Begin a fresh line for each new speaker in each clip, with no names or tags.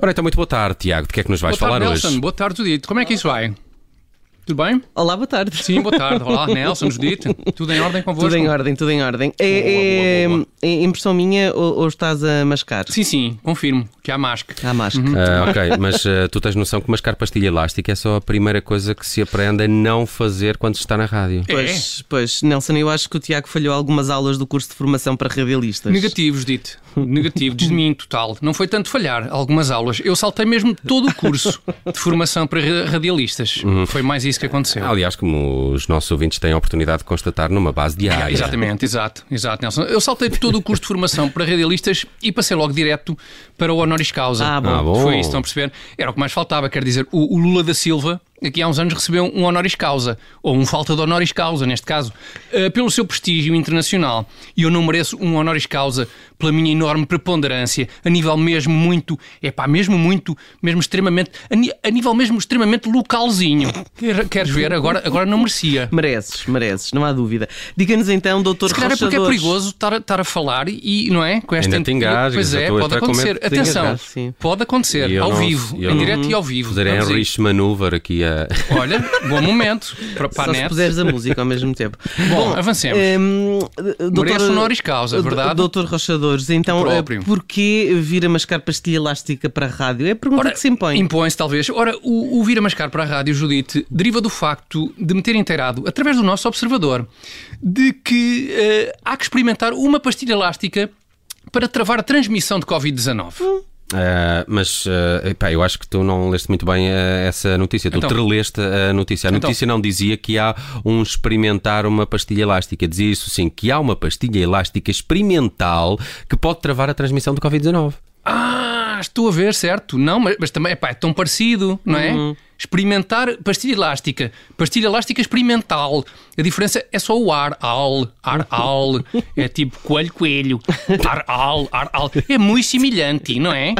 Ora, então, muito boa tarde, Tiago. De que é que nos vais
boa
falar
tarde,
hoje?
Nelson. Boa tarde, Judite. Como é que isso vai? Tudo bem?
Olá, boa tarde.
Sim, boa tarde. Olá, Nelson, Judite. Tudo em ordem convosco?
Tudo em ordem, tudo em ordem. É, é- é impressão minha ou, ou estás a mascar?
Sim, Uhum. sim, confirmo que há masca.
À masca.
Ah, ok, mas ah, tu tens noção que mascar pastilha elástica é só a primeira coisa que se aprende a não fazer quando se está na rádio.
É. Pois, pois, Nelson, eu acho que o Tiago falhou algumas aulas do curso de formação para radialistas.
Negativo, Judite. Negativo, de mim, total. Não foi tanto falhar algumas aulas. Eu saltei mesmo todo o curso de formação para ra- radialistas. Foi mais isso que aconteceu.
Aliás, como os nossos ouvintes têm a oportunidade de constatar numa base diária.
Exatamente, exato, exato, Nelson. Eu saltei todo o curso de formação para radialistas e passei logo direto para o honoris causa.
Ah, bom.
Ah, bom.
Foi isso, estão a perceber? Era o que mais faltava, quer dizer, o, o Lula da Silva, aqui há uns anos, recebeu um honoris causa, ou um falta de honoris causa, neste caso, eh, pelo seu prestígio internacional. E eu não mereço um honoris causa pela minha enorme preponderância, a nível mesmo muito, é pá, mesmo muito, mesmo extremamente, a, ni- a nível mesmo extremamente localzinho. Quer- Queres ver? Agora, agora não merecia.
Mereces, mereces, não há dúvida. Diga-nos então, doutor
Se calhar é porque é
Rochadores.
perigoso estar, a- estar a falar e, não é? Com esta
Ainda te engasgas,
Pois
eu
é,
estou a
pode
estar com medo
acontecer.
que te
Atenção,
engasgas, sim.
pode acontecer
E eu
ao
não-
vivo,
eu
em
não-
direto e ao vivo.
Fazer é
Vamos a isso.
Enrich Maneuver aqui a.
Olha, bom momento para, para
Só
a
se
net.
puseres a música ao mesmo tempo.
Bom, avancemos.
hum, doutor-
Merece honoris causa, é verdade?
Doutor Rochadores, então,
O próprio.
eh, porquê vir a mascar pastilha elástica para a rádio? É a pergunta que se impõe.
Impõe-se, talvez. Ora, o, o vir a mascar para a rádio, Judite, deriva do facto de me ter inteirado, através do nosso observador, de que eh, há que experimentar uma pastilha elástica para travar a transmissão de Covid-19.
Ah, mas ah, epá, eu acho que tu não leste muito bem ah, essa notícia. Tu
Então.
treleste a notícia. A
Então.
notícia não dizia que há um experimentar uma pastilha elástica. Dizia isso sim, que há uma pastilha elástica experimental que pode travar a transmissão do Covid-19.
Ah, estou a ver, certo. Não, mas, mas também epá, é tão parecido, não é? Experimentar pastilha elástica. Pastilha elástica experimental. A diferença é só o ar. Al, ar, al. É tipo coelho, coelho. Ar, al, ar, al. É muito semelhante, não é?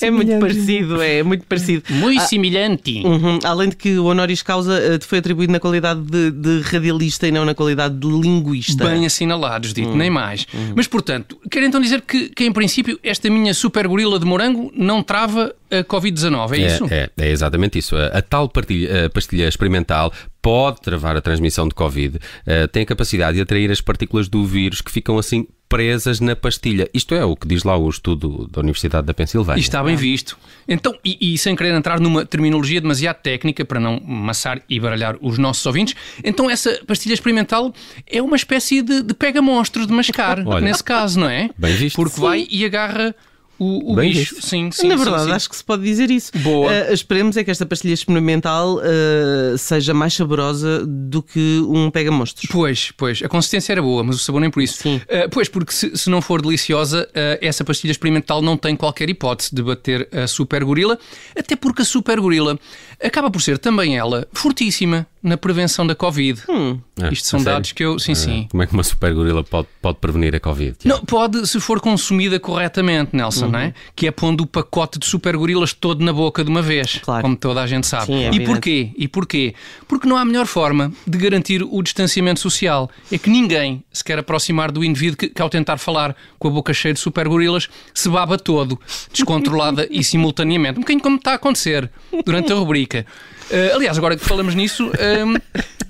É muito parecido, é muito parecido.
Muito semelhante.
Uhum. Além de que o honoris causa eh, te foi atribuído na qualidade de, de radialista e não na qualidade de linguista.
Bem assinalados, dito, nem mais. Mas, portanto, quero então dizer que, que, em princípio, esta minha super gorila de morango não trava a Covid-19, é, isso?
É, é exatamente isso. A, a tal partilha- a pastilha experimental pode travar a transmissão de Covid, eh, tem a capacidade de atrair as partículas do vírus que ficam assim presas na pastilha. Isto é o que diz lá o estudo da Universidade da Pensilvânia.
E está bem visto. Então, e, e sem querer entrar numa terminologia demasiado técnica para não maçar e baralhar os nossos ouvintes, então essa pastilha experimental é uma espécie de, de pega-monstros de mascar,
Olha.
nesse caso, não é?
Bem visto.
Porque vai e agarra o, o
Bem
bicho.
visto.
Sim, sim.
Na
sim,
verdade,
sim.
acho que se pode dizer isso.
Boa.
Eh, esperemos é que esta pastilha experimental eh, seja mais saborosa do que um pega-monstros.
Pois, pois, a consistência era boa, mas o sabor nem por isso.
Sim.
Ah, pois, porque se, se não for deliciosa, ah, essa pastilha experimental não tem qualquer hipótese de bater a super gorila, até porque a super gorila acaba por ser também ela fortíssima na prevenção da Covid.
Hum.
Ah,
Isto são
a sério?
dados que eu. Sim, sim.
Como é que uma super gorila pode, pode prevenir a Covid? Tiago?
Não, pode se for consumida corretamente,
Uhum.
Nelson, não é? Que é pondo o pacote de super gorilas todo na boca de uma vez,
Claro.
como toda a gente sabe.
Sim, é
e
evidente.
porquê? E porquê? Porque não há melhor forma de garantir o distanciamento social. É que ninguém se quer aproximar do indivíduo que, que ao tentar falar com a boca cheia de super gorilas, se baba todo, descontrolada e simultaneamente. Um bocadinho como está a acontecer durante a rubrica. Eh, aliás, agora que falamos nisso, ehm,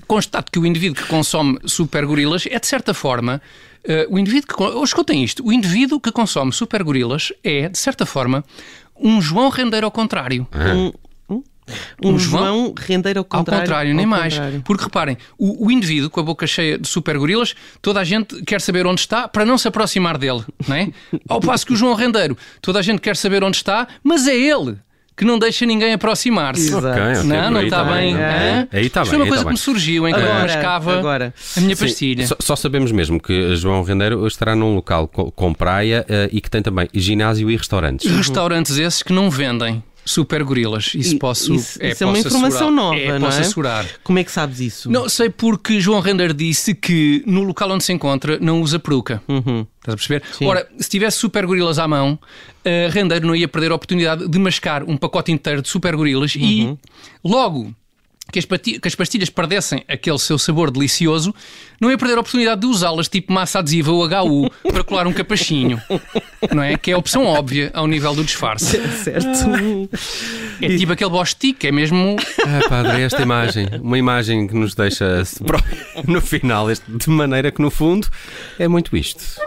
constato que o indivíduo que consome super gorilas é, de certa forma, eh, o indivíduo que. con- Oh, escutem isto: o indivíduo que consome super gorilas é, de certa forma, um João Rendeiro ao contrário.
Um,
Um João-
João, rendeiro ao
Ao
contrário.
contrário, nem
Ao
mais.
contrário.
Porque reparem, o, o indivíduo com a boca cheia de super gorilas, toda a gente quer saber onde está para não se aproximar dele, não é? Ao passo que o João Rendeiro, toda a gente quer saber onde está, mas é ele que não deixa ninguém aproximar-se.
Exato.
Ok, ok,
Não,
por
não
aí
está
tá
bem.
ok.
hã?
Aí está bem.
Isto foi uma
aí
coisa
tá
que
bem.
me surgiu enquanto
Agora,
mascava
agora.
a minha
Sim,
é pastilha.
Só, só sabemos mesmo que João Rendeiro estará num local co- com praia eh, e que tem também ginásio e restaurantes.
Restaurantes esses que não vendem super gorilas. Isso
E-
posso
isso-
é,
isso é uma
posso
informação
assegurar.
nova,
é,
não
posso
é?
assegurar.
Como é que sabes isso?
Não, sei porque João Render disse que no local onde se encontra não usa peruca.
Uhum.
Estás a perceber? Ora, se tivesse super gorilas à mão, eh,
Uhum.
Rendeiro não ia perder a oportunidade de mascar um pacote inteiro de super gorilas e logo que as, pati- que as pastilhas perdessem aquele seu sabor delicioso, não ia perder a oportunidade de usá-las tipo massa adesiva ou HU para colar um capachinho, não é? Que é a opção óbvia ao nível do disfarce.
Certo.
É tipo aquele bostique, é mesmo
Ah, padre, esta imagem, uma imagem que nos deixa no final, este- de maneira que no fundo é muito isto.